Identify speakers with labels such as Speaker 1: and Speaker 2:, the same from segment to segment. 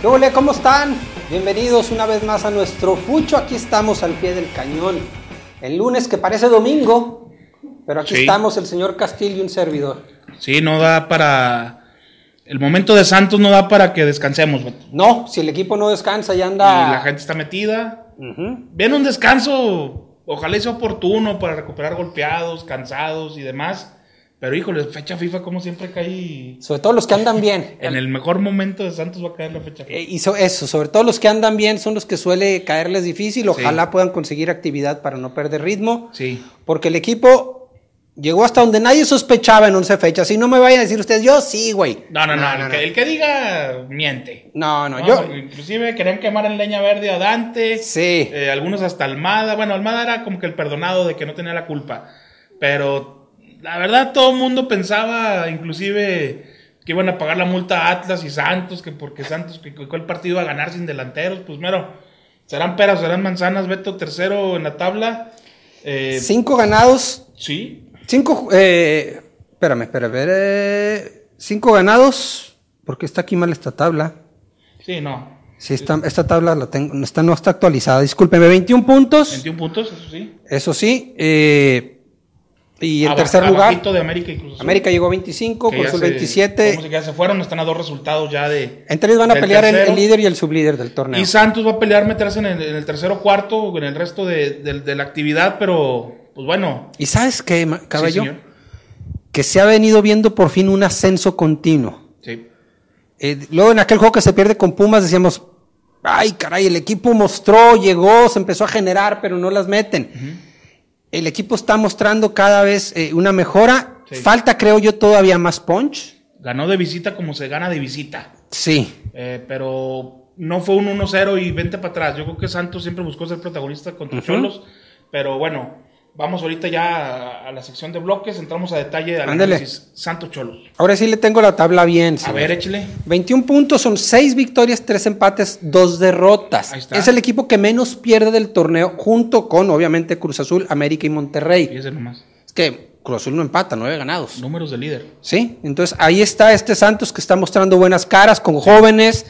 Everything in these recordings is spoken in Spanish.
Speaker 1: ¿Qué ole? ¿Cómo están? Bienvenidos una vez más a nuestro Fucho. Aquí estamos al pie del cañón. El lunes que parece domingo, pero aquí
Speaker 2: Sí.
Speaker 1: estamos el señor Castillo y un servidor.
Speaker 2: Sí, no da para. El momento de Santos no da para que descansemos, vato.
Speaker 1: No, si el equipo no descansa ya anda.
Speaker 2: Y la gente está metida.
Speaker 1: Ujú.
Speaker 2: Ven un descanso, ojalá y sea oportuno para recuperar golpeados, cansados y demás. Pero híjole, fecha FIFA como siempre cae.
Speaker 1: Sobre todo los que andan bien.
Speaker 2: En el mejor momento de Santos va a caer la fecha FIFA.
Speaker 1: Eh, Y so- eso, sobre todo los que andan bien son los que suele caerles difícil. Ojalá puedan conseguir actividad para no perder ritmo.
Speaker 2: Sí.
Speaker 1: Porque el equipo llegó hasta donde nadie sospechaba en 11 fechas. Y no me vayan a decir ustedes, yo sí, güey.
Speaker 2: No, no, no. el,
Speaker 1: no.
Speaker 2: Que, el que diga, miente.
Speaker 1: No, no,
Speaker 2: No,
Speaker 1: yo.
Speaker 2: Inclusive querían quemar en leña verde a Dante.
Speaker 1: Sí.
Speaker 2: Eh, algunos hasta Almada. Bueno, Almada era como que el perdonado de que no tenía la culpa. Pero la verdad, todo el mundo pensaba, inclusive, que iban a pagar la multa a Atlas y Santos, que porque Santos, que que el partido iba a ganar sin delanteros. Pues mero, serán peras, serán manzanas. Beto tercero en la tabla. Eh,
Speaker 1: Cinco ganados.
Speaker 2: sí.
Speaker 1: Cinco. ju- eh, espérame, espérame. eh, cinco ganados. Porque está aquí mal esta tabla.
Speaker 2: Sí, no.
Speaker 1: Sí, está- esta tabla la tengo, no está, no está actualizada. Discúlpeme, 21 puntos.
Speaker 2: 21 puntos, eso sí.
Speaker 1: Eso sí. eh, y en
Speaker 2: Aba-
Speaker 1: tercer lugar,
Speaker 2: abajito de América y Cruz Azul.
Speaker 1: América llegó a 25,
Speaker 2: Que ya
Speaker 1: Cruzul
Speaker 2: se-
Speaker 1: 27.
Speaker 2: ¿cómo se, queda? se fueron, están a dos resultados ya de.
Speaker 1: Entre ellos van a
Speaker 2: del
Speaker 1: pelear el,
Speaker 2: tercero.
Speaker 1: el líder y el sublíder del torneo.
Speaker 2: Y Santos va a pelear meterse en el, en el tercero cuarto, en el resto de, de- de la actividad, pero pues bueno.
Speaker 1: ¿Y sabes qué, ma- caballo?
Speaker 2: Sí, señor.
Speaker 1: que se ha venido viendo por fin un ascenso continuo.
Speaker 2: Sí.
Speaker 1: Eh, luego en aquel juego que se pierde con Pumas decíamos, ay caray, el equipo mostró, llegó, se empezó a generar, pero no las meten. El equipo está mostrando cada vez eh, una mejora.
Speaker 2: Sí.
Speaker 1: Falta, creo yo, todavía más punch.
Speaker 2: Ganó de visita como se gana de visita.
Speaker 1: Sí,
Speaker 2: Eh, pero no fue un 1-0 y vente para atrás. Yo creo que Santos siempre buscó ser protagonista contra
Speaker 1: Ujú.
Speaker 2: Cholos. Pero bueno, vamos ahorita ya a, a la sección de bloques. Entramos a detalle al
Speaker 1: Ándale.
Speaker 2: análisis Santos Cholos.
Speaker 1: ahora sí le tengo la tabla bien.
Speaker 2: A
Speaker 1: señor.
Speaker 2: ver, échale.
Speaker 1: 21 puntos son 6 victorias, 3 empates, 2 derrotas.
Speaker 2: Ahí está.
Speaker 1: Es el equipo que menos pierde del torneo, junto con, obviamente, Cruz Azul, América y Monterrey.
Speaker 2: Fíjese nomás.
Speaker 1: Es que Cruz Azul no empata, 9 ganados.
Speaker 2: Números de líder.
Speaker 1: ¿Sí? Entonces ahí está este Santos que está mostrando buenas caras con jóvenes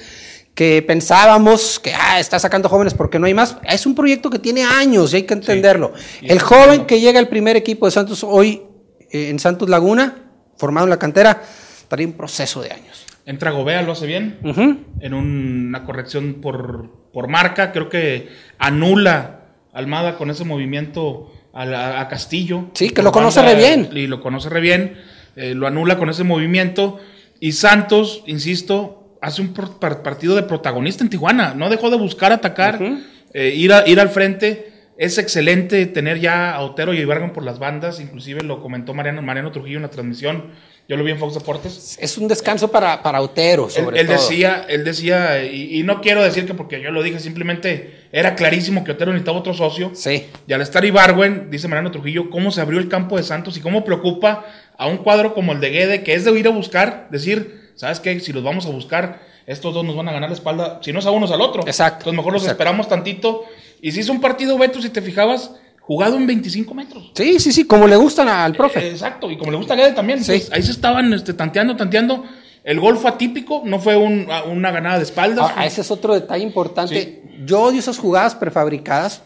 Speaker 1: que pensábamos que ah, está sacando jóvenes porque no hay más. Es un proyecto que tiene años y hay que entenderlo.
Speaker 2: Y
Speaker 1: El
Speaker 2: está
Speaker 1: joven
Speaker 2: haciendo-
Speaker 1: que llega al primer equipo de Santos hoy eh, en Santos Laguna, formado en la cantera, trae un proceso de años.
Speaker 2: Entra Gobea, lo hace bien.
Speaker 1: Ujú.
Speaker 2: en una corrección por, por marca. Creo que anula Almada con ese movimiento a, la- a Castillo.
Speaker 1: Sí, que lo
Speaker 2: Por
Speaker 1: conoce re bien.
Speaker 2: Y lo conoce re bien. eh, lo anula con ese movimiento. Y Santos, insisto, hace un pro- par- partido de protagonista en Tijuana. No dejó de buscar atacar,
Speaker 1: Ujú.
Speaker 2: eh, ir, a- ir al frente. Es excelente tener ya a Otero y a Ibargan por las bandas. Inclusive lo comentó Mariano, Mariano Trujillo en la transmisión. Yo lo vi en Fox Deportes.
Speaker 1: Es un descanso para, para Otero,
Speaker 2: Él,
Speaker 1: sobre
Speaker 2: él
Speaker 1: todo.
Speaker 2: decía, él decía, y, y no quiero decir que porque yo lo dije, simplemente era clarísimo que Otero necesitaba otro socio.
Speaker 1: Sí.
Speaker 2: Y al estar Ibarwen, dice Mariano Trujillo, cómo se abrió el campo de Santos y cómo preocupa a un cuadro como el de Guede, que es de ir a buscar, decir, ¿sabes qué? Si los vamos a buscar, estos dos nos van a ganar la espalda, si no es a uno, es al otro.
Speaker 1: Exacto,
Speaker 2: Entonces mejor los
Speaker 1: exacto.
Speaker 2: esperamos tantito. Y si es un partido, Beto, si te fijabas, jugado en 25 metros.
Speaker 1: Sí, sí, sí, como le gustan a- al profe.
Speaker 2: Eh, Exacto, y como le gusta a Guede también.
Speaker 1: Sí.
Speaker 2: Entonces, ahí se estaban este, tanteando, tanteando. El gol fue atípico, no fue un- a- una ganada de espaldas.
Speaker 1: Ahora, Ah, ese es otro detalle importante. Yo odio esas jugadas prefabricadas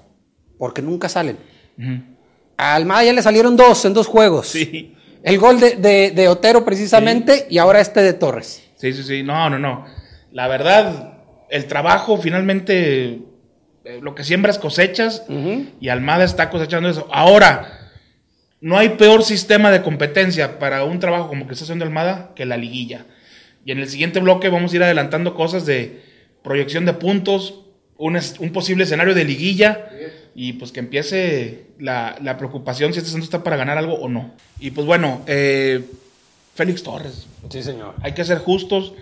Speaker 1: porque nunca salen.
Speaker 2: Ujú.
Speaker 1: A Almada ya le salieron dos en dos juegos.
Speaker 2: Sí.
Speaker 1: El gol de, de- de Otero precisamente y ahora este de Torres.
Speaker 2: sí, sí, sí. No, no, no. La verdad, el trabajo finalmente, eh, lo que siembras cosechas y Almada está cosechando eso. Ahora, no hay peor sistema de competencia para un trabajo como el que está haciendo Almada que la liguilla. Y en el siguiente bloque vamos a ir adelantando cosas de proyección de puntos, un, es- un posible escenario de liguilla y pues que empiece la, la preocupación si este Santos está para ganar algo o no. Y pues bueno, eh, Félix Torres,
Speaker 1: Sí, señor.
Speaker 2: hay que ser justos.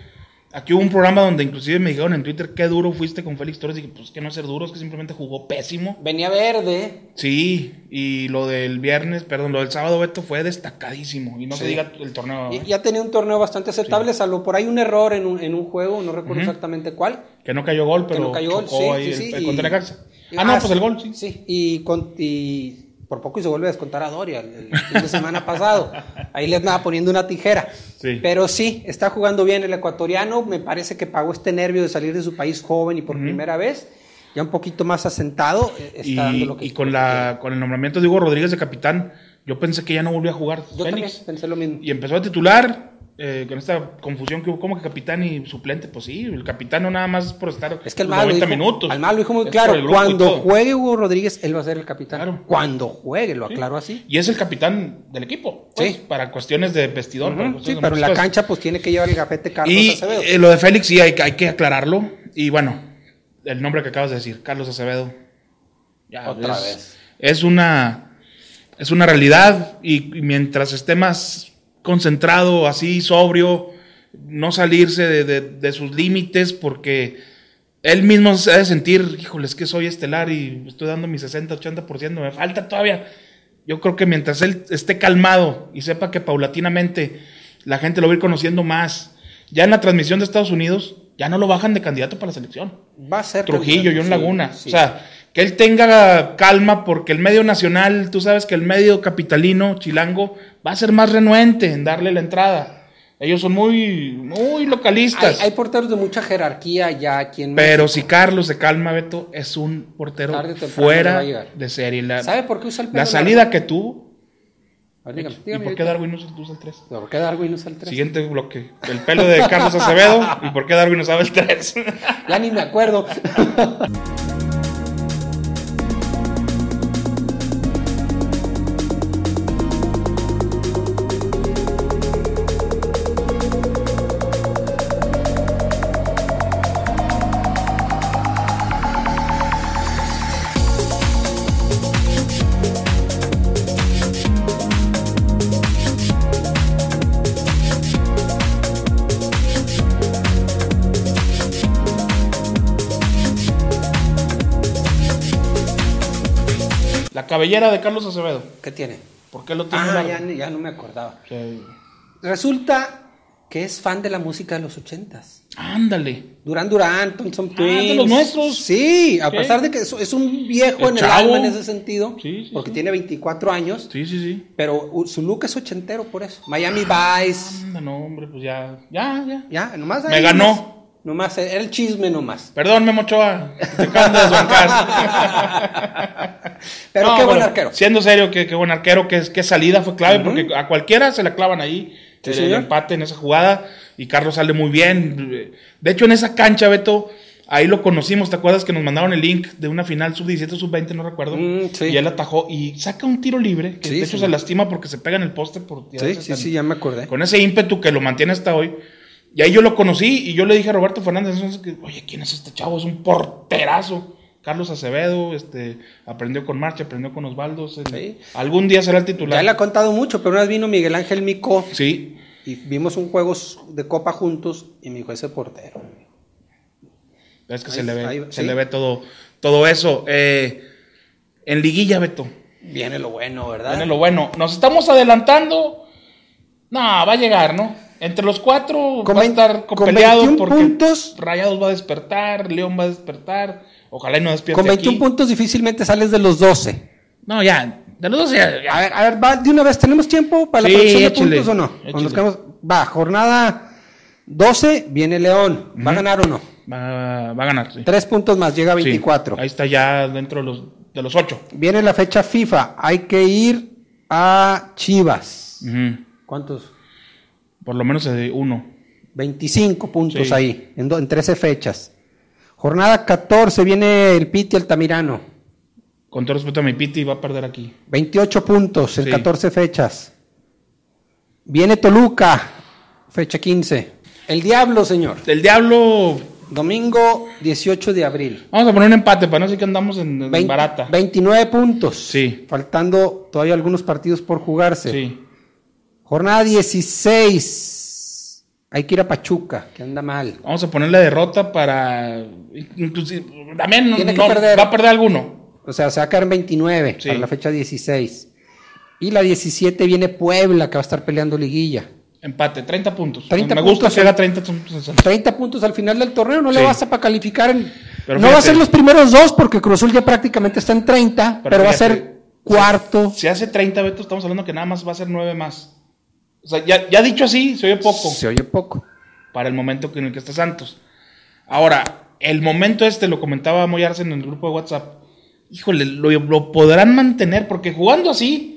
Speaker 2: Aquí hubo un programa donde inclusive me dijeron en Twitter qué duro fuiste con Félix Torres. Y dije, pues que no ser duro, es que simplemente jugó pésimo.
Speaker 1: Venía verde.
Speaker 2: Sí, y lo del viernes, perdón, lo del sábado, Beto, fue destacadísimo. Y no
Speaker 1: Sí.
Speaker 2: se diga el torneo, ¿eh?
Speaker 1: Y ya tenía un torneo bastante aceptable, salvo por ahí un error en un, en un juego, no recuerdo
Speaker 2: Ujú.
Speaker 1: exactamente cuál.
Speaker 2: que no cayó gol,
Speaker 1: que
Speaker 2: pero
Speaker 1: no cayó gol,
Speaker 2: chocó
Speaker 1: sí, ah, sí,
Speaker 2: ahí
Speaker 1: sí,
Speaker 2: pues el- el
Speaker 1: y-
Speaker 2: contra Necaxa.
Speaker 1: y-
Speaker 2: Ah, no, pues el gol, sí.
Speaker 1: Sí, y, con- y por poco y se vuelve a descontar a Doria el, el fin de semana pasado. Ahí le andaba poniendo una tijera.
Speaker 2: Sí.
Speaker 1: Pero sí, está jugando bien el ecuatoriano. Me parece que pagó este nervio de salir de su país joven y por primera vez, ya un poquito más asentado, eh, está
Speaker 2: Y,
Speaker 1: dando lo que
Speaker 2: y con, la, con el nombramiento de Hugo Rodríguez de capitán, yo pensé que ya no volvía a jugar
Speaker 1: Yo también
Speaker 2: Félix.
Speaker 1: pensé lo mismo.
Speaker 2: Y empezó a titular eh, con esta confusión que hubo, como que capitán y suplente? Pues sí, el capitán no nada más por estar
Speaker 1: Es que el
Speaker 2: los
Speaker 1: malo, dijo,
Speaker 2: minutos.
Speaker 1: Almada lo dijo muy
Speaker 2: Es
Speaker 1: claro.
Speaker 2: por el grupo y
Speaker 1: Cuando
Speaker 2: todo.
Speaker 1: juegue Hugo Rodríguez, él va a ser el capitán.
Speaker 2: Claro.
Speaker 1: Cuando juegue, lo aclaro así.
Speaker 2: Y es el capitán del equipo. pues,
Speaker 1: Sí.
Speaker 2: Para cuestiones de vestidor. para
Speaker 1: Ujú,
Speaker 2: cuestiones
Speaker 1: Sí,
Speaker 2: de
Speaker 1: pero en la
Speaker 2: muchas cosas.
Speaker 1: cancha pues tiene que llevar el gafete Carlos
Speaker 2: Y
Speaker 1: Acevedo.
Speaker 2: eh, lo de Félix, sí, hay, que- hay que aclararlo. Y bueno, el nombre que acabas de decir, Carlos Acevedo. Ya,
Speaker 1: Otra
Speaker 2: es,
Speaker 1: vez.
Speaker 2: Es una, es una realidad. Y, y mientras esté más concentrado, así, sobrio, no salirse de, de- de sus límites, porque él mismo se ha de sentir, híjole, es que soy estelar y estoy dando mi 60, 80%, me falta todavía. Yo creo que mientras él esté calmado y sepa que paulatinamente la gente lo va a ir conociendo más, ya en la transmisión de Estados Unidos, ya no lo bajan de candidato para la selección.
Speaker 1: va a ser
Speaker 2: Trujillo,
Speaker 1: yo
Speaker 2: John
Speaker 1: en
Speaker 2: Laguna. O sea, que él tenga calma porque el medio nacional, tú sabes que el medio capitalino, chilango, va a ser más renuente en darle la entrada. Ellos son muy, muy
Speaker 1: hay,
Speaker 2: localistas.
Speaker 1: hay porteros de mucha jerarquía ya aquí en
Speaker 2: pero
Speaker 1: México.
Speaker 2: si Carlos se calma, Beto, es un portero
Speaker 1: Tarde o temprano le va
Speaker 2: fuera
Speaker 1: a llegar.
Speaker 2: de serie. La,
Speaker 1: ¿Sabe por qué usa el pelo
Speaker 2: la
Speaker 1: largo?
Speaker 2: salida que tuvo.
Speaker 1: A ver, dígame,
Speaker 2: ¿Y
Speaker 1: dígame
Speaker 2: por qué
Speaker 1: ahorita.
Speaker 2: Darwin no usa el 3?
Speaker 1: No, ¿Por qué Darwin usa el 3?
Speaker 2: Siguiente bloque. El pelo de Carlos Acevedo. ¿Y por qué Darwin no sabe el 3?
Speaker 1: Ya ni me acuerdo.
Speaker 2: la cabellera de Carlos Acevedo.
Speaker 1: ¿Qué tiene?
Speaker 2: ¿Por qué lo tiene
Speaker 1: Ah,
Speaker 2: largo?
Speaker 1: ya, ni- ya no me acordaba.
Speaker 2: O sea,
Speaker 1: Resulta que es fan de la música de los ochentas.
Speaker 2: Ándale.
Speaker 1: Durán Durán, Thompson
Speaker 2: Ah,
Speaker 1: Twins.
Speaker 2: de los nuestros.
Speaker 1: Sí, a
Speaker 2: Sí.
Speaker 1: pesar de que es, es un viejo
Speaker 2: El
Speaker 1: en el
Speaker 2: chavo.
Speaker 1: alma en ese sentido,
Speaker 2: Sí, sí,
Speaker 1: porque
Speaker 2: sí.
Speaker 1: tiene 24 años,
Speaker 2: Sí, sí, sí.
Speaker 1: pero uh, su look es ochentero por eso. Miami Vice,
Speaker 2: Anda, no, hombre, pues ya, ya, ya.
Speaker 1: ya, nomás
Speaker 2: Me
Speaker 1: ahí,
Speaker 2: ganó.
Speaker 1: Nomás, nomás, era el chisme nomás.
Speaker 2: Perdón, Memo Ochoa, te acaban de desbancar.
Speaker 1: Pero
Speaker 2: No,
Speaker 1: qué buen
Speaker 2: bueno,
Speaker 1: arquero.
Speaker 2: Siendo serio, qué, qué buen arquero, qué, qué salida fue clave,
Speaker 1: Ujú.
Speaker 2: porque a cualquiera se la clavan ahí.
Speaker 1: Sí,
Speaker 2: el, el
Speaker 1: señor.
Speaker 2: empate en esa jugada y Carlos sale muy bien. De hecho, en esa cancha, Beto, ahí lo conocimos. ¿Te acuerdas que nos mandaron el link de una final sub-17 o sub-20? No recuerdo.
Speaker 1: Mm, sí.
Speaker 2: Y él atajó y saca un tiro libre. Que
Speaker 1: Sí,
Speaker 2: de hecho
Speaker 1: sí.
Speaker 2: se lastima porque se pega en el poste por
Speaker 1: Sí,
Speaker 2: tirarse
Speaker 1: sí,
Speaker 2: tan-
Speaker 1: sí, ya me acordé.
Speaker 2: con ese ímpetu que lo mantiene hasta hoy. Y ahí yo lo conocí y yo le dije a Roberto Fernández, entonces, que, oye, ¿quién es este chavo? Es un porterazo. Carlos Acevedo, este, aprendió con Marcha, aprendió con Osvaldo. se-
Speaker 1: Sí.
Speaker 2: Algún día será el
Speaker 1: Ya
Speaker 2: titular.
Speaker 1: le ha contado mucho, pero una vez vino Miguel Ángel Mico
Speaker 2: Sí,
Speaker 1: y vimos un juego de copa juntos y me dijo ese portero.
Speaker 2: es que
Speaker 1: Ahí-
Speaker 2: se le ve,
Speaker 1: ahí-
Speaker 2: se
Speaker 1: sí.
Speaker 2: le ve todo, todo eso. Eh, en liguilla, Beto.
Speaker 1: Viene lo bueno, ¿verdad?
Speaker 2: Viene lo bueno. Nos estamos adelantando. No, va a llegar, ¿no? Entre los cuatro
Speaker 1: Con
Speaker 2: va a
Speaker 1: vein-
Speaker 2: estar
Speaker 1: con
Speaker 2: peleado
Speaker 1: 21
Speaker 2: porque
Speaker 1: puntos.
Speaker 2: Rayados va a despertar, León va a despertar. Ojalá y no despierte
Speaker 1: Con 21
Speaker 2: aquí.
Speaker 1: puntos difícilmente sales de los 12.
Speaker 2: No, ya. De los dos ya. ya.
Speaker 1: A ver, a ver, va de una vez, ¿tenemos tiempo para
Speaker 2: Sí,
Speaker 1: la producción de
Speaker 2: échale,
Speaker 1: puntos o no?
Speaker 2: échale.
Speaker 1: Cuando nos quedamos- va, jornada 12, viene León. ¿Va a ganar o no?
Speaker 2: Va, va a ganar. Sí.
Speaker 1: Tres puntos más, llega a 24.
Speaker 2: Sí, ahí está ya dentro de los, de los ocho.
Speaker 1: Viene la fecha FIFA, hay que ir a Chivas.
Speaker 2: Ujú.
Speaker 1: ¿Cuántos?
Speaker 2: Por lo menos eh, uno.
Speaker 1: 25 puntos
Speaker 2: Sí.
Speaker 1: ahí, en, do- en 13 fechas. Jornada 14 viene el Piti Altamirano.
Speaker 2: Con todo respeto a mi Piti, va a perder aquí.
Speaker 1: 28 puntos en
Speaker 2: Sí.
Speaker 1: 14 fechas. Viene Toluca, fecha 15. El Diablo, señor.
Speaker 2: El Diablo.
Speaker 1: Domingo 18 de abril.
Speaker 2: Vamos a poner un empate para no decir que andamos en, en
Speaker 1: 20
Speaker 2: barata.
Speaker 1: 29 puntos.
Speaker 2: Sí.
Speaker 1: Faltando todavía algunos partidos por jugarse.
Speaker 2: Sí.
Speaker 1: Jornada 16. Hay que ir a Pachuca, que anda mal.
Speaker 2: Vamos a poner la derrota para. Inclusive. También no,
Speaker 1: Tiene que
Speaker 2: no-
Speaker 1: perder.
Speaker 2: va a perder alguno.
Speaker 1: O sea, se va a caer en 29
Speaker 2: Sí.
Speaker 1: para la fecha 16. Y la 17 viene Puebla, que va a estar peleando liguilla.
Speaker 2: Empate, 30 puntos.
Speaker 1: 30
Speaker 2: Me gusta
Speaker 1: puntos, sí.
Speaker 2: que haga 30. son- son- son-
Speaker 1: 30 puntos al final del torneo, no le
Speaker 2: Sí.
Speaker 1: vas a para calificar en...
Speaker 2: Pero
Speaker 1: no va a
Speaker 2: fíjate.
Speaker 1: ser los primeros dos porque Cruz Azul ya prácticamente está en 30, pero, va a
Speaker 2: fíjate,
Speaker 1: ser cuarto.
Speaker 2: Si hace 30 Beto, estamos hablando que nada más va a ser 9 más. O sea, ya, ya dicho así, se oye poco
Speaker 1: Se oye poco.
Speaker 2: para el momento en el que está Santos. Ahora, el momento este, lo comentaba Moy Arce en el grupo de WhatsApp. Híjole, lo, lo podrán mantener porque jugando así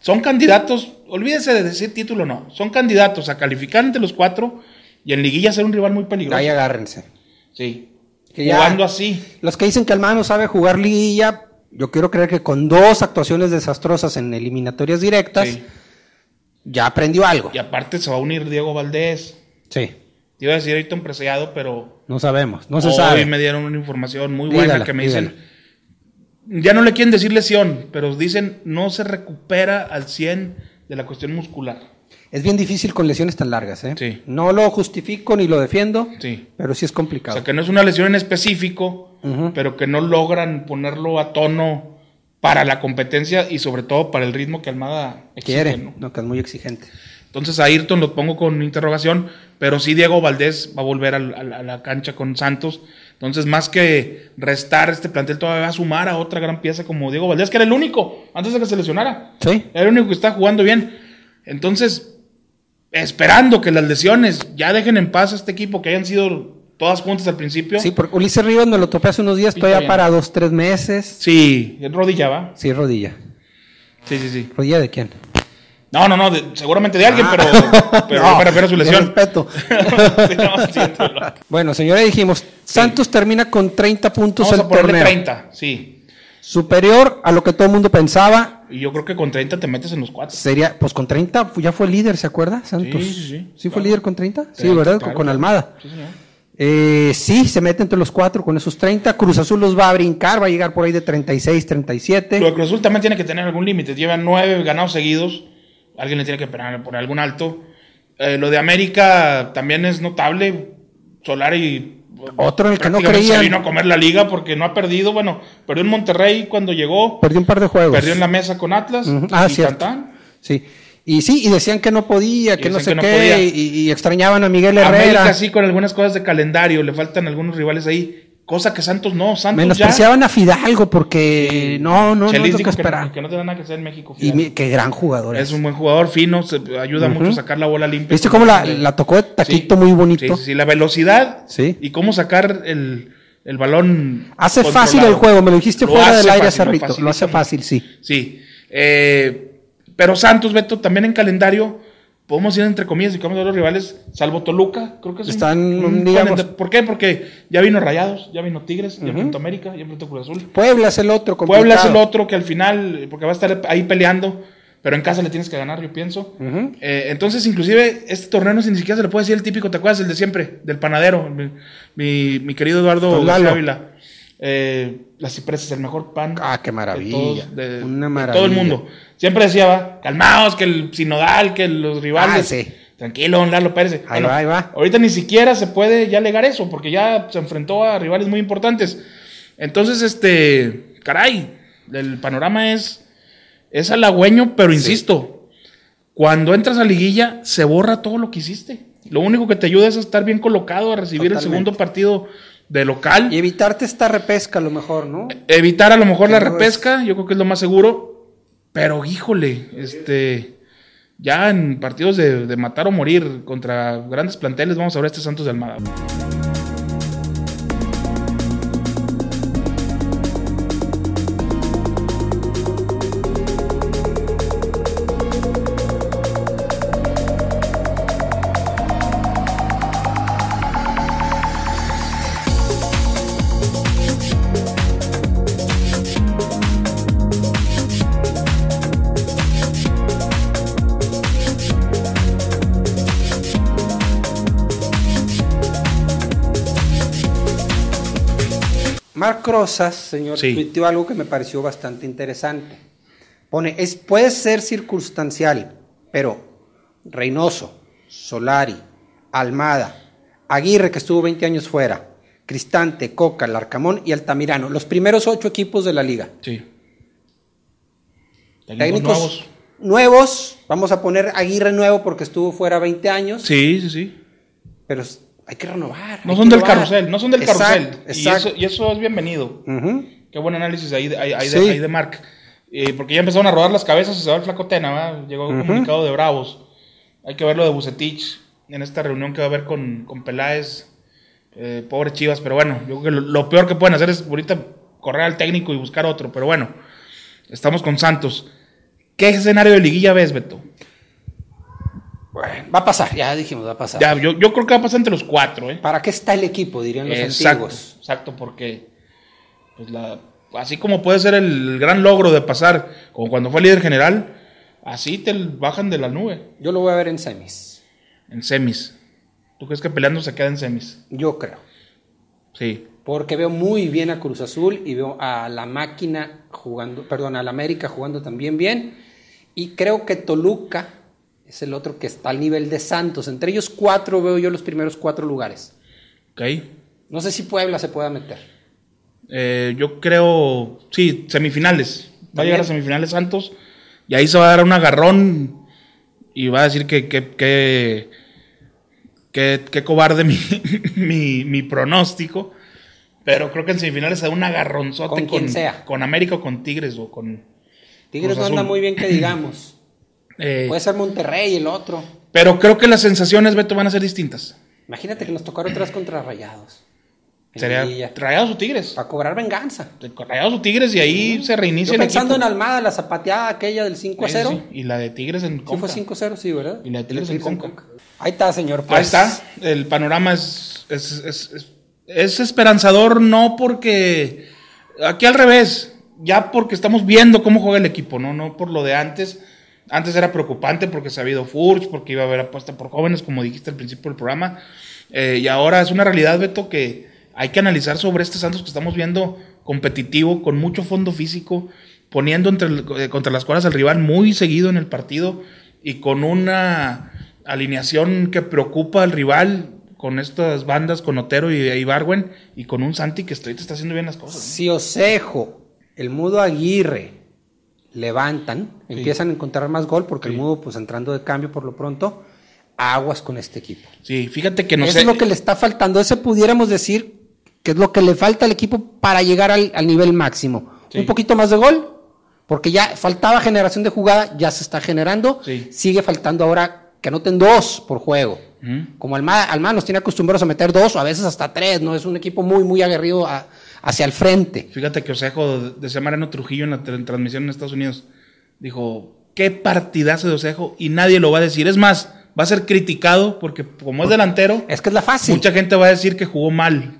Speaker 2: son candidatos, olvídese de decir título no, son candidatos a calificar entre los cuatro y en liguilla ser un rival muy peligroso.
Speaker 1: Ahí agárrense.
Speaker 2: Sí.
Speaker 1: Que ya-
Speaker 2: Jugando así.
Speaker 1: Los que dicen que Almada no sabe jugar liguilla, yo quiero creer que con dos actuaciones desastrosas en eliminatorias directas,
Speaker 2: sí.
Speaker 1: ya aprendió algo.
Speaker 2: Y aparte se va a unir Diego Valdés.
Speaker 1: Sí,
Speaker 2: Te iba a decir Ayrton Preciado, pero
Speaker 1: no sabemos, no se
Speaker 2: hoy
Speaker 1: sabe.
Speaker 2: me dieron una información muy
Speaker 1: Dígala,
Speaker 2: buena que me dicen. Ya no le quieren decir lesión, pero dicen no se recupera al 100 de la cuestión muscular.
Speaker 1: Es bien difícil con lesiones tan largas, ¿eh?
Speaker 2: Sí.
Speaker 1: No lo justifico ni lo defiendo,
Speaker 2: Sí.
Speaker 1: pero sí es
Speaker 2: O
Speaker 1: complicado.
Speaker 2: sea, que no es una lesión en específico,
Speaker 1: Ujú.
Speaker 2: pero que no logran ponerlo a tono para la competencia y sobre todo para el ritmo que Almada exige,
Speaker 1: Quiere,
Speaker 2: ¿no?
Speaker 1: no, que es muy exigente.
Speaker 2: Entonces a Ayrton lo pongo con interrogación, pero sí Diego Valdés va a volver al- al- a, la cancha con Santos. Entonces, más que restar este plantel, todavía va a sumar a otra gran pieza como Diego Valdés, que era el único antes de que se lesionara.
Speaker 1: Sí,
Speaker 2: Era el único que está jugando bien. Entonces, esperando que las lesiones ya dejen en paz a este equipo, que hayan sido todas juntas al principio.
Speaker 1: sí, porque Ulises Rivas me lo topé hace unos días,
Speaker 2: Sí,
Speaker 1: todavía
Speaker 2: está bien.
Speaker 1: para dos, tres meses.
Speaker 2: Sí, en rodilla va.
Speaker 1: Sí, rodilla.
Speaker 2: Sí, sí, sí.
Speaker 1: ¿Rodilla de quién?
Speaker 2: No, no, no, de- seguramente de alguien,
Speaker 1: Ah.
Speaker 2: pero, pero
Speaker 1: No,
Speaker 2: yo me refiero a su
Speaker 1: mi
Speaker 2: lesión.
Speaker 1: respeto.
Speaker 2: Sí, no, sí, entiendo.
Speaker 1: Bueno, señores, dijimos, Santos termina con 30 puntos el
Speaker 2: Vamos a ponerle
Speaker 1: torneo.
Speaker 2: 30, sí.
Speaker 1: Superior a lo que todo el mundo pensaba.
Speaker 2: Y yo creo que con 30 te metes en los 4.
Speaker 1: Sería, pues con 30 fu- ya fue líder, ¿se acuerda? Santos.
Speaker 2: Sí, sí, sí.
Speaker 1: fue
Speaker 2: Claro.
Speaker 1: líder con 30? sí, ¿verdad? Con- con Almada.
Speaker 2: Sí, señor.
Speaker 1: Eh, sí, se mete entre los cuatro con esos 30. Cruz Azul los va a brincar, va a llegar por ahí de 36, 37.
Speaker 2: Lo de Cruz Azul también tiene que tener algún límite. Llevan 9 ganados seguidos. Alguien le tiene que esperar por algún alto. Eh, lo de América también es notable. Solari.
Speaker 1: Otro en el que no
Speaker 2: prácticamente se
Speaker 1: creían.
Speaker 2: vino a comer la liga porque no ha perdido. Bueno, perdió en Monterrey cuando llegó.
Speaker 1: Perdió un par de juegos.
Speaker 2: Perdió en la mesa con Atlas.
Speaker 1: Ujú. Ah,
Speaker 2: y
Speaker 1: cierto.
Speaker 2: tan, tan.
Speaker 1: Sí. Y sí, y decían que no podía, que no
Speaker 2: decían
Speaker 1: sé
Speaker 2: que no
Speaker 1: qué,
Speaker 2: podía.
Speaker 1: y, y extrañaban a Miguel Herrera.
Speaker 2: América sí con algunas cosas de calendario. Le faltan algunos rivales ahí. Cosa que Santos no. Santos ya.
Speaker 1: Menospreciaban a Fidalgo porque no, no, no
Speaker 2: Chelis
Speaker 1: es lo que
Speaker 2: dijo que,
Speaker 1: esperaba.
Speaker 2: no, que no tiene nada que hacer en México.
Speaker 1: Y mi- qué gran jugador es.
Speaker 2: Es un buen jugador fino, se ayuda mucho a sacar la bola limpia.
Speaker 1: ¿Viste cómo la, la tocó de taquito
Speaker 2: Sí,
Speaker 1: muy bonito?
Speaker 2: Sí, sí, sí, la velocidad
Speaker 1: Sí.
Speaker 2: y cómo sacar el, el balón.
Speaker 1: Hace
Speaker 2: controlado.
Speaker 1: fácil el juego, me lo dijiste
Speaker 2: Lo
Speaker 1: fuera
Speaker 2: hace
Speaker 1: del aire,
Speaker 2: fácil, lo
Speaker 1: Cerrito. Lo hace
Speaker 2: facilita
Speaker 1: fácil, sí.
Speaker 2: mucho. Sí. Eh, pero Santos, Beto, también en calendario, podemos ir entre comillas y vamos a los rivales, salvo Toluca, creo que sí.
Speaker 1: Están, digamos-
Speaker 2: ¿Por qué? Porque ya vino Rayados, ya vino Tigres,
Speaker 1: Ujú.
Speaker 2: ya enfrentó América, ya enfrentó Cruz Azul.
Speaker 1: Puebla es el otro.
Speaker 2: Puebla es el
Speaker 1: complicado.
Speaker 2: otro que al final, porque va a estar ahí peleando, pero en casa le tienes que ganar, yo pienso.
Speaker 1: Ujú.
Speaker 2: Eh, entonces, inclusive, este torneo no se- ni siquiera se le puede decir el típico, ¿te acuerdas? El de siempre, del panadero, mi, mi- mi querido Eduardo
Speaker 1: Don Lalo.
Speaker 2: García Ávila. Eh, las cipresas, el mejor pan.
Speaker 1: Ah, qué maravilla.
Speaker 2: De, todos, de-
Speaker 1: Una
Speaker 2: de
Speaker 1: maravilla.
Speaker 2: todo el mundo. Siempre decía, va, calmaos, que el sinodal, que los
Speaker 1: Ah,
Speaker 2: rivales.
Speaker 1: sí.
Speaker 2: Tranquilo, don Lalo Pérez.
Speaker 1: Ahí va, ahí va.
Speaker 2: Ahorita ni siquiera se puede ya alegar eso, porque ya se enfrentó a rivales muy importantes. Entonces, este, caray, el panorama es, es halagüeño, pero insisto, cuando entras a liguilla se borra todo lo que hiciste. Lo único que te ayuda es a estar bien colocado, a recibir el
Speaker 1: Totalmente.
Speaker 2: segundo partido de local.
Speaker 1: Y evitarte esta repesca a lo mejor, ¿no?
Speaker 2: Evitar a lo mejor la
Speaker 1: Pero es-
Speaker 2: repesca, yo creo que es lo más seguro. Pero híjole, este ya en partidos de, de matar o morir contra grandes planteles, vamos a ver a este Santos de Almada.
Speaker 1: Marc Rosas, señor,
Speaker 2: Sí.
Speaker 1: tuiteó algo que me pareció bastante interesante. Pone, es, puede ser circunstancial, pero Reynoso, Solari, Almada, Aguirre, que estuvo 20 años fuera, Cristante, Coca, Larcamón y Altamirano, los primeros ocho equipos de la liga.
Speaker 2: Sí. Técnicos,
Speaker 1: Técnicos
Speaker 2: nuevos.
Speaker 1: nuevos, vamos a poner Aguirre nuevo porque estuvo fuera 20 años.
Speaker 2: Sí, sí, sí.
Speaker 1: pero s- hay que renovar.
Speaker 2: No
Speaker 1: hay
Speaker 2: son
Speaker 1: que
Speaker 2: del
Speaker 1: renovar.
Speaker 2: carrusel, no son del
Speaker 1: Exacto,
Speaker 2: carrusel. Y
Speaker 1: Exacto.
Speaker 2: eso, y eso es bienvenido.
Speaker 1: Ujú.
Speaker 2: Qué buen análisis ahí de, ahí, ahí de,
Speaker 1: Sí.
Speaker 2: ahí de Mark. Eh, porque ya empezaron a rodar las cabezas y se va el flacotena, ¿verdad? Llegó un
Speaker 1: Ujú.
Speaker 2: comunicado de Bravos. Hay que ver lo de Bucetich en esta reunión que va a haber con, con Peláez. Eh, pobre Chivas, pero bueno, yo creo que lo, lo peor que pueden hacer es ahorita correr al técnico y buscar otro. Pero bueno, estamos con Santos. ¿Qué escenario de liguilla ves, Beto?
Speaker 1: Bueno, va a pasar, ya dijimos, va a pasar.
Speaker 2: Ya, yo, yo creo que va a pasar entre los cuatro, ¿eh?
Speaker 1: ¿Para qué está el equipo? Dirían los
Speaker 2: Exacto,
Speaker 1: antiguos.
Speaker 2: exacto, porque pues, la- así como puede ser el gran logro de pasar, como cuando fue líder general, así te bajan de la nube
Speaker 1: Yo lo voy a ver en semis.
Speaker 2: en semis. ¿Tú crees que peleando se queda en semis?
Speaker 1: Yo creo.
Speaker 2: Sí.
Speaker 1: Porque veo muy bien a Cruz Azul y veo a la máquina jugando, perdón, a la América jugando también bien. Y creo que Toluca es el otro que está al nivel de Santos. Entre ellos cuatro veo yo los primeros cuatro lugares.
Speaker 2: Ok.
Speaker 1: No sé si Puebla se pueda meter.
Speaker 2: Eh, yo creo, sí, semifinales. Va a llegar a
Speaker 1: También.
Speaker 2: semifinales Santos y ahí se va a dar un agarrón y va a decir que, que, que, que- que cobarde mi, mi, mi pronóstico. Pero creo que en semifinales se da un agarronzote
Speaker 1: Con quien sea.
Speaker 2: con América o con Tigres o con...
Speaker 1: Tigres
Speaker 2: Cruz
Speaker 1: no anda
Speaker 2: Azul.
Speaker 1: muy bien que digamos.
Speaker 2: eh,
Speaker 1: Puede ser Monterrey el otro.
Speaker 2: pero creo que las sensaciones, Beto, van a ser distintas.
Speaker 1: Imagínate que nos tocaron tres contra Rayados. En
Speaker 2: Sería
Speaker 1: Liguilla.
Speaker 2: rayados o tigres.
Speaker 1: Para cobrar venganza.
Speaker 2: Rayados o tigres y ahí se
Speaker 1: Yo
Speaker 2: reinicia el
Speaker 1: pensando en
Speaker 2: equipo.
Speaker 1: Almada, la zapateada aquella del 5 a
Speaker 2: Sí,
Speaker 1: 0.
Speaker 2: sí, Y la de tigres en
Speaker 1: Sí, fue
Speaker 2: Conca.
Speaker 1: 5-0, sí, ¿verdad?
Speaker 2: Y la de Tigres
Speaker 1: Sí,
Speaker 2: en
Speaker 1: con
Speaker 2: Conca.
Speaker 1: Conca. Ahí está, señor.
Speaker 2: Ahí
Speaker 1: pues.
Speaker 2: está. El panorama es, es, es- es- es esperanzador, no porque. Aquí al revés. Ya porque estamos viendo cómo juega el equipo, ¿no? No por lo de antes. Antes era preocupante porque se ha habido Furch, porque iba a haber apuesta por jóvenes, como dijiste al principio del programa. Eh, y ahora es una realidad, Beto, que hay que analizar sobre este Santos que estamos viendo competitivo, con mucho fondo físico, poniendo entre el- eh, contra las cuerdas al rival muy seguido en el partido y con una alineación que preocupa al rival con estas bandas, con Otero y Ibarwen y con un Santi que ahorita está haciendo bien las cosas.
Speaker 1: Si Osejo, el mudo Aguirre, levantan,
Speaker 2: Sí.
Speaker 1: empiezan a encontrar más gol porque
Speaker 2: Sí.
Speaker 1: el mudo, pues entrando de cambio por lo pronto, aguas con este equipo.
Speaker 2: ¿no? Sí, fíjate que no
Speaker 1: Eso
Speaker 2: sé.
Speaker 1: es lo que le está faltando. Ese pudiéramos decir que es lo que le falta al equipo para llegar al, al nivel máximo.
Speaker 2: Sí.
Speaker 1: Un poquito más de gol, porque ya faltaba generación de jugada, ya se está generando.
Speaker 2: Sí.
Speaker 1: Sigue faltando ahora que anoten dos por juego.
Speaker 2: Ujú.
Speaker 1: Como Almada, Almada nos tiene acostumbrados a meter dos o a veces hasta tres, ¿no? Es un equipo muy, muy aguerrido a- hacia el frente.
Speaker 2: Fíjate que Osejo decía Mariano Trujillo en la tra- transmisión en Estados Unidos. Dijo, qué partidazo de Osejo y nadie lo va a decir. Es más, va a ser criticado porque como es delantero,
Speaker 1: Es que es la fácil.
Speaker 2: mucha gente va a decir que jugó mal.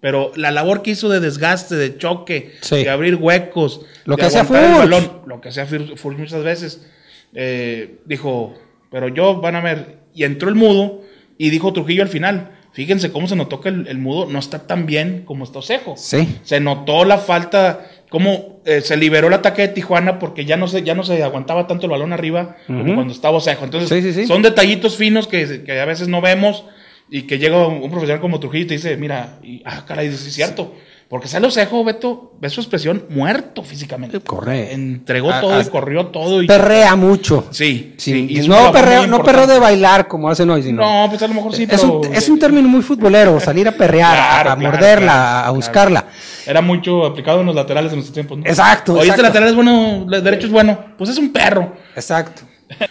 Speaker 2: Pero la labor que hizo de desgaste, de choque,
Speaker 1: Sí.
Speaker 2: de abrir huecos,
Speaker 1: Lo
Speaker 2: de
Speaker 1: que hacía
Speaker 2: aguantar el
Speaker 1: Furch.
Speaker 2: balón, lo que hacía Fur- Furch muchas veces, eh, dijo, pero yo, van a ver, y entró el mudo y dijo Trujillo al final, fíjense cómo se notó que el, el mudo no está tan bien como está Osejo.
Speaker 1: Sí.
Speaker 2: Se notó la falta, cómo eh, se liberó el ataque de Tijuana porque ya no se, ya no se aguantaba tanto el balón arriba como
Speaker 1: Ujú.
Speaker 2: cuando estaba Osejo. Entonces,
Speaker 1: Sí, sí, sí.
Speaker 2: son detallitos finos que, que a veces no vemos y que llega un, un profesional como Trujillo y te dice, mira, y, ah, caray, sí es cierto. Porque sale Osejo, Beto, ve su expresión muerto físicamente.
Speaker 1: Corre.
Speaker 2: Entregó
Speaker 1: A-
Speaker 2: todo y
Speaker 1: a-
Speaker 2: corrió todo. Y,
Speaker 1: Perrea mucho.
Speaker 2: Sí,
Speaker 1: Sin-
Speaker 2: sí, hizo una
Speaker 1: no,
Speaker 2: labor
Speaker 1: perreo,
Speaker 2: muy
Speaker 1: no perreo de
Speaker 2: importante.
Speaker 1: bailar como hacen hoy, sino.
Speaker 2: No, pues a lo mejor sí,
Speaker 1: es,
Speaker 2: pero...
Speaker 1: un, es un término muy futbolero, salir a perrear,
Speaker 2: Claro,
Speaker 1: a, a
Speaker 2: claro,
Speaker 1: morderla,
Speaker 2: claro,
Speaker 1: a
Speaker 2: claro.
Speaker 1: buscarla.
Speaker 2: Era mucho aplicado en los laterales en los tiempos. ¿no?
Speaker 1: Exacto,
Speaker 2: Oye, este
Speaker 1: exacto.
Speaker 2: lateral es bueno, el derecho es bueno. Pues es un perro.
Speaker 1: Exacto.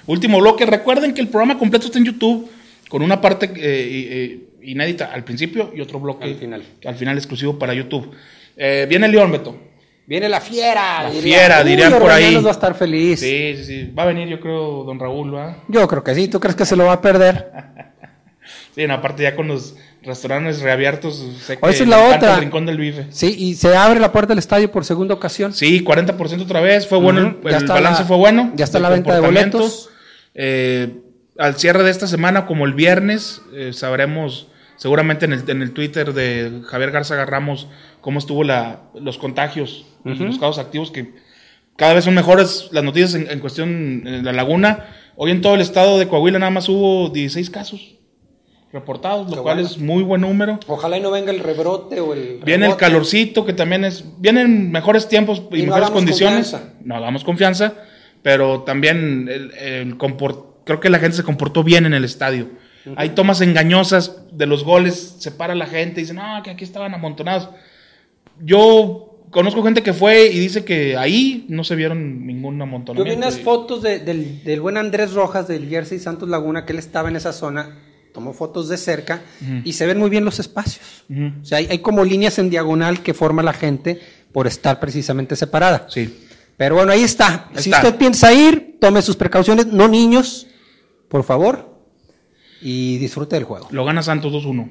Speaker 2: Último bloque. Recuerden que el programa completo está en YouTube con una parte eh, y- eh, inédita al principio y otro bloque
Speaker 1: Al final.
Speaker 2: al final exclusivo para YouTube. Eh, viene León, Beto.
Speaker 1: Viene la fiera.
Speaker 2: La fiera, dirían
Speaker 1: "Uy,
Speaker 2: por ahí".
Speaker 1: Orbañanos va a estar feliz.
Speaker 2: Sí, sí, sí. Va a venir, yo creo, don Raúl, ¿va?
Speaker 1: Yo creo que sí. ¿Tú crees que se lo va a perder?
Speaker 2: Sí, en aparte ya con los restaurantes reabiertos. sé
Speaker 1: O
Speaker 2: que
Speaker 1: esa es
Speaker 2: le
Speaker 1: la
Speaker 2: encanta
Speaker 1: otra.
Speaker 2: El rincón del bife.
Speaker 1: Sí, y se abre la puerta del estadio por segunda ocasión.
Speaker 2: Sí, 40% otra vez. Fue bueno, el-
Speaker 1: Ujú, ya
Speaker 2: el,
Speaker 1: está
Speaker 2: balance
Speaker 1: la-
Speaker 2: fue bueno.
Speaker 1: ya está
Speaker 2: de
Speaker 1: la venta de
Speaker 2: comportamientos.
Speaker 1: boletos.
Speaker 2: Eh, al cierre de esta semana, como el viernes, eh, sabremos seguramente en el, en el Twitter de Javier Garza Ramos cómo estuvo la, los contagios, y
Speaker 1: Ujú.
Speaker 2: los casos activos, que cada vez son mejores las noticias en, en cuestión de la laguna. Hoy en todo el estado de Coahuila nada más hubo 16 casos reportados, lo
Speaker 1: Qué
Speaker 2: cual
Speaker 1: bueno.
Speaker 2: es muy buen número.
Speaker 1: Ojalá y no venga el rebrote o el.
Speaker 2: Viene el
Speaker 1: rebote.
Speaker 2: calorcito, que también es. Vienen mejores tiempos y,
Speaker 1: Y no
Speaker 2: mejores
Speaker 1: hagamos
Speaker 2: condiciones.
Speaker 1: confianza.
Speaker 2: No hagamos confianza, pero también el, el compor- creo que la gente se comportó bien en el estadio. Hay tomas engañosas de los goles, separa a la gente y dicen, no, que aquí estaban amontonados. Yo conozco gente que fue y dice que ahí no se vieron ningún
Speaker 1: Yo vi
Speaker 2: amontonamiento.
Speaker 1: unas
Speaker 2: y-
Speaker 1: fotos de- del, del buen Andrés Rojas del Jersey Santos Laguna, que él estaba en esa zona, tomó fotos de cerca
Speaker 2: Ujú.
Speaker 1: y se ven muy bien los espacios.
Speaker 2: Ujú.
Speaker 1: O sea, hay, hay como líneas en diagonal que forma la gente por estar precisamente separada.
Speaker 2: Sí.
Speaker 1: Pero bueno, ahí está.
Speaker 2: Ahí
Speaker 1: si
Speaker 2: está.
Speaker 1: usted piensa ir, tome sus precauciones, no niños, por favor, y disfrute del juego.
Speaker 2: Lo gana Santos 2-1.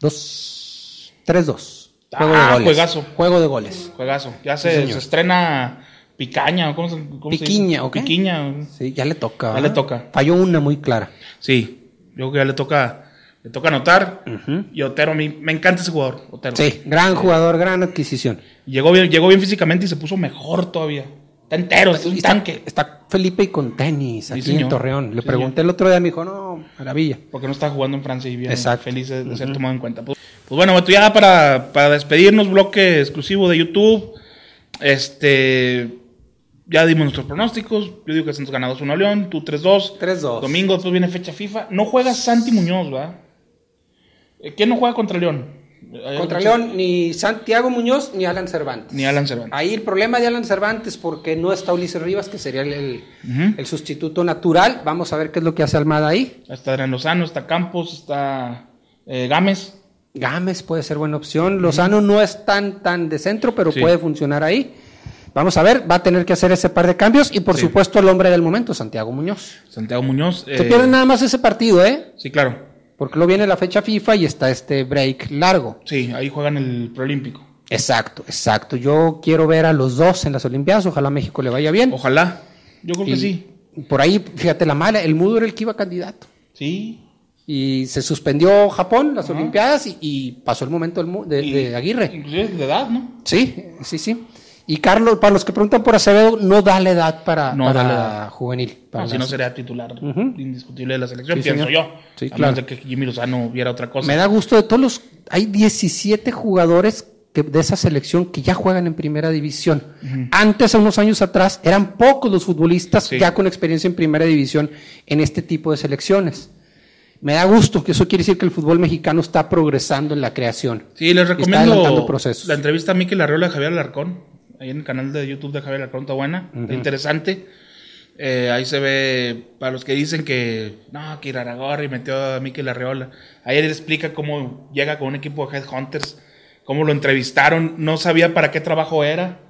Speaker 1: Dos, tres, dos.
Speaker 2: Ah,
Speaker 1: Juego de goles.
Speaker 2: juegazo.
Speaker 1: Juego de goles.
Speaker 2: Juegazo. Ya
Speaker 1: Sí,
Speaker 2: se,
Speaker 1: señor.
Speaker 2: se estrena Picaña. ¿Cómo se, cómo se dice?
Speaker 1: Piquiña, ¿o qué?
Speaker 2: Piquiña.
Speaker 1: Sí, ya le toca.
Speaker 2: Ya
Speaker 1: ¿verdad?
Speaker 2: le toca.
Speaker 1: Falló una muy clara.
Speaker 2: Sí. Yo creo que ya le toca, le toca anotar. Y Otero, a mí me encanta ese jugador. Otero.
Speaker 1: Sí, gran jugador, gran adquisición.
Speaker 2: Llegó bien, llegó bien físicamente y se puso mejor todavía. Está entero, es un
Speaker 1: Está-
Speaker 2: tanque.
Speaker 1: Está Felipe y con tenis
Speaker 2: Sí,
Speaker 1: aquí en
Speaker 2: señor.
Speaker 1: Torreón. Le
Speaker 2: Sí,
Speaker 1: pregunté el otro día, me dijo, no, maravilla.
Speaker 2: Porque no está jugando en Francia y bien
Speaker 1: Exacto.
Speaker 2: feliz de, de ser tomado en cuenta. Pues, pues bueno, Beto, ya para, para despedirnos, bloque exclusivo de YouTube. Este. Ya dimos nuestros pronósticos. Yo digo que Santos gana 2-1 a León, tú 3-2.
Speaker 1: 3-2.
Speaker 2: Domingo después viene fecha FIFA. No juega Santi Muñoz, ¿verdad? Eh, ¿Quién no juega contra León? Eh,
Speaker 1: Contra
Speaker 2: León.
Speaker 1: León, ni Santiago Muñoz ni Alan Cervantes.
Speaker 2: Ni Alan Cervantes.
Speaker 1: Ahí el problema de Alan Cervantes, porque no está Ulises Rivas, que sería el, el-
Speaker 2: Ujú.
Speaker 1: el sustituto natural. Vamos a ver qué es lo que hace Almada ahí.
Speaker 2: Está Adrián Lozano, está Campos, está eh, Gámez.
Speaker 1: Gámez puede ser buena opción. Lozano no es tan, tan de centro, pero
Speaker 2: Sí.
Speaker 1: puede funcionar ahí. Vamos a ver, va a tener que hacer ese par de cambios. Y por
Speaker 2: Sí.
Speaker 1: supuesto, el hombre del momento, Santiago Muñoz.
Speaker 2: Santiago Muñoz.
Speaker 1: Se
Speaker 2: eh,
Speaker 1: pierde nada más ese partido, ¿eh?
Speaker 2: Sí, claro.
Speaker 1: Porque luego viene la fecha FIFA y está este break largo.
Speaker 2: Sí, ahí juegan el Prolímpico.
Speaker 1: Exacto, exacto. Yo quiero ver a los dos en las Olimpiadas. Ojalá a México le vaya bien.
Speaker 2: Ojalá. Yo creo que
Speaker 1: Y
Speaker 2: sí.
Speaker 1: Por ahí, fíjate la mala, el mudo era el que iba candidato.
Speaker 2: Sí.
Speaker 1: Y se suspendió Japón, las
Speaker 2: Ajá.
Speaker 1: Olimpiadas, y, y pasó el momento del mu- de,
Speaker 2: Y-
Speaker 1: de Aguirre.
Speaker 2: Inclusive de edad, ¿no?
Speaker 1: Sí, sí, sí. Y Carlos, para los que preguntan por Acevedo, no da la edad para,
Speaker 2: No
Speaker 1: para
Speaker 2: da la edad.
Speaker 1: juvenil. Para
Speaker 2: No, Ah, si
Speaker 1: las-
Speaker 2: no sería titular
Speaker 1: Ujú.
Speaker 2: indiscutible de la selección,
Speaker 1: Sí,
Speaker 2: pienso
Speaker 1: señor.
Speaker 2: yo.
Speaker 1: Sí,
Speaker 2: a
Speaker 1: claro.
Speaker 2: menos de que Jimmy Lozano viera otra cosa.
Speaker 1: Me da gusto de todos los... Hay 17 jugadores que, de esa selección que ya juegan en primera división. Antes, a unos años atrás, eran pocos los futbolistas
Speaker 2: Sí.
Speaker 1: ya con experiencia en primera división en este tipo de selecciones. Me da gusto, que eso quiere decir que el fútbol mexicano está progresando en la creación.
Speaker 2: Sí, les
Speaker 1: está
Speaker 2: recomiendo
Speaker 1: adelantando procesos.
Speaker 2: la entrevista a Mikel Arriola de Javier Alarcón, ahí en el canal de YouTube de Javier Alarcón, está buena, está interesante. Eh, ahí se ve, para los que dicen que no, que Iraragorri metió a Mikel Arriola, ahí él explica cómo llega con un equipo de Headhunters, cómo lo entrevistaron, no sabía para qué trabajo era.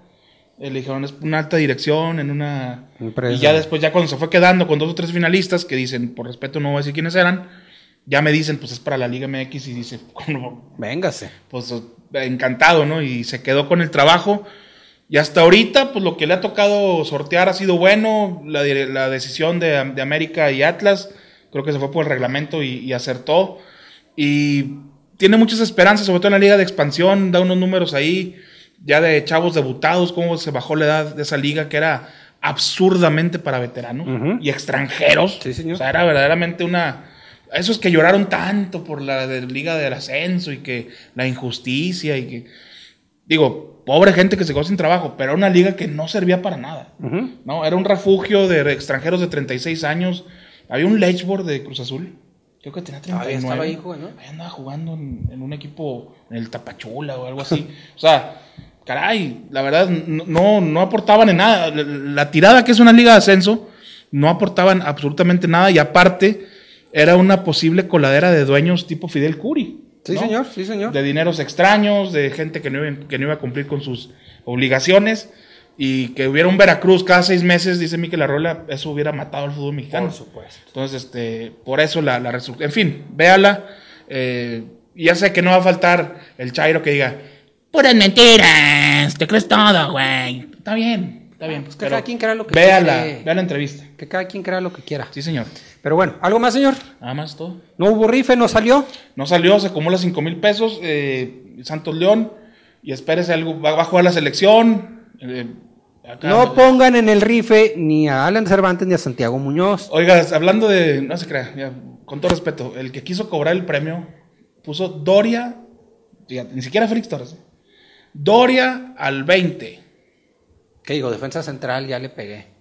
Speaker 2: Eh, Le dijeron, es una alta dirección en una...
Speaker 1: Empresa.
Speaker 2: Y ya después, ya cuando se fue quedando con dos o tres finalistas, que dicen, por respeto no voy a decir quiénes eran, ya me dicen, pues es para la Liga MX y dice, "Bueno,
Speaker 1: Véngase.
Speaker 2: pues encantado, ¿no? Y se quedó con el trabajo. Y hasta ahorita, pues lo que le ha tocado sortear ha sido bueno. La, dire- la decisión de, de América y Atlas, creo que se fue por el reglamento y, y acertó. Y tiene muchas esperanzas, sobre todo en la liga de expansión, da unos números ahí, ya de chavos debutados, cómo se bajó la edad de esa liga que era absurdamente para veteranos
Speaker 1: Ujú.
Speaker 2: y extranjeros.
Speaker 1: Sí, señor.
Speaker 2: O sea, era verdaderamente una. Esos que lloraron tanto por la de- Liga del Ascenso y que la injusticia y que. Digo, pobre gente que se quedó sin trabajo, pero era una liga que no servía para nada.
Speaker 1: Ujú.
Speaker 2: No, era un refugio de extranjeros de 36 años. Había un Lechbor de Cruz Azul. Creo que tenía 39.
Speaker 1: Todavía Ah, estaba ahí jugando.
Speaker 2: Ahí andaba jugando en, en un equipo, en el Tapachula o algo así. o sea, caray, la verdad, no, no- no aportaban en nada. La, la tirada que es una liga de ascenso, no aportaban absolutamente nada. Y aparte, era una posible coladera de dueños tipo Fidel Curi.
Speaker 1: Sí,
Speaker 2: ¿no?
Speaker 1: señor, sí, señor.
Speaker 2: de dineros extraños, de gente que no, iba, que no iba a cumplir con sus obligaciones y que hubiera un Veracruz cada seis meses, dice Miquel Arrola, eso hubiera matado al fútbol mexicano.
Speaker 1: Por supuesto.
Speaker 2: Entonces, este, por eso la, la reestructura- En fin, véala. eh, y ya sé que no va a faltar el Chairo que diga, puras mentiras, te crees todo, güey. Está bien, está bien.
Speaker 1: pues que
Speaker 2: pero
Speaker 1: cada quien crea lo que
Speaker 2: véala,
Speaker 1: quiere.
Speaker 2: vea la entrevista.
Speaker 1: Que cada quien crea lo que quiera.
Speaker 2: Sí, señor.
Speaker 1: Pero bueno, ¿algo más, señor?
Speaker 2: Nada más todo.
Speaker 1: No hubo rife, no salió.
Speaker 2: No salió, se acumula 5 mil pesos. eh, Santos León. Y espérese algo. Va, va a jugar la selección. eh, acá-
Speaker 1: No pues. pongan en el rife ni a Alan Cervantes ni a Santiago Muñoz.
Speaker 2: Oiga, hablando de. No se crea, ya, con todo respeto. El que quiso cobrar el premio puso Doria. fíjate, ni siquiera Félix Torres. eh, Doria al 20.
Speaker 1: ¿Qué digo? Defensa central, ya le pegué.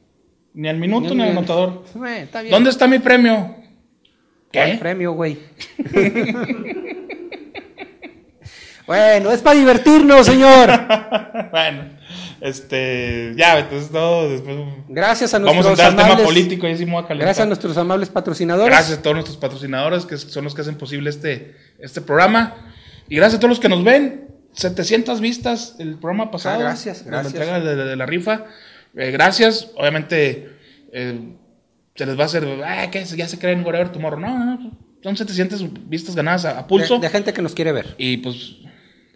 Speaker 2: Ni al minuto ni al anotador.
Speaker 1: Eh, está bien.
Speaker 2: ¿Dónde está mi premio?
Speaker 1: ¿Cuál
Speaker 2: ¿Qué?
Speaker 1: premio, güey? Bueno, es para divertirnos, señor.
Speaker 2: bueno, este, ya, entonces todo, después
Speaker 1: Gracias a
Speaker 2: vamos
Speaker 1: nuestros
Speaker 2: a entrar al tema
Speaker 1: amables-
Speaker 2: político, ya sí me voy a calentar.
Speaker 1: Gracias a nuestros amables patrocinadores.
Speaker 2: Gracias a todos nuestros patrocinadores que son los que hacen posible este, este programa. Y gracias a todos los que nos ven. 700 vistas el programa pasado.
Speaker 1: Ah, gracias,
Speaker 2: de la
Speaker 1: gracias.
Speaker 2: entrega de, de- de la rifa. Eh, gracias. Obviamente eh, se les va a hacer. Ah, ¿qué? Ya se creen Whatever Tomorrow. No, no, no. Son 700 vistas ganadas a, a
Speaker 1: De-
Speaker 2: pulso.
Speaker 1: de gente que nos quiere ver.
Speaker 2: Y ah, pues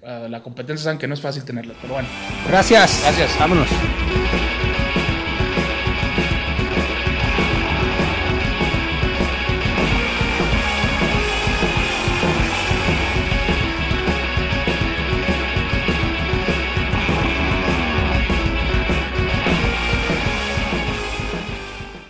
Speaker 2: a la competencia saben que no es fácil tenerla. Pero bueno.
Speaker 1: Gracias.
Speaker 2: Gracias.
Speaker 1: Vámonos.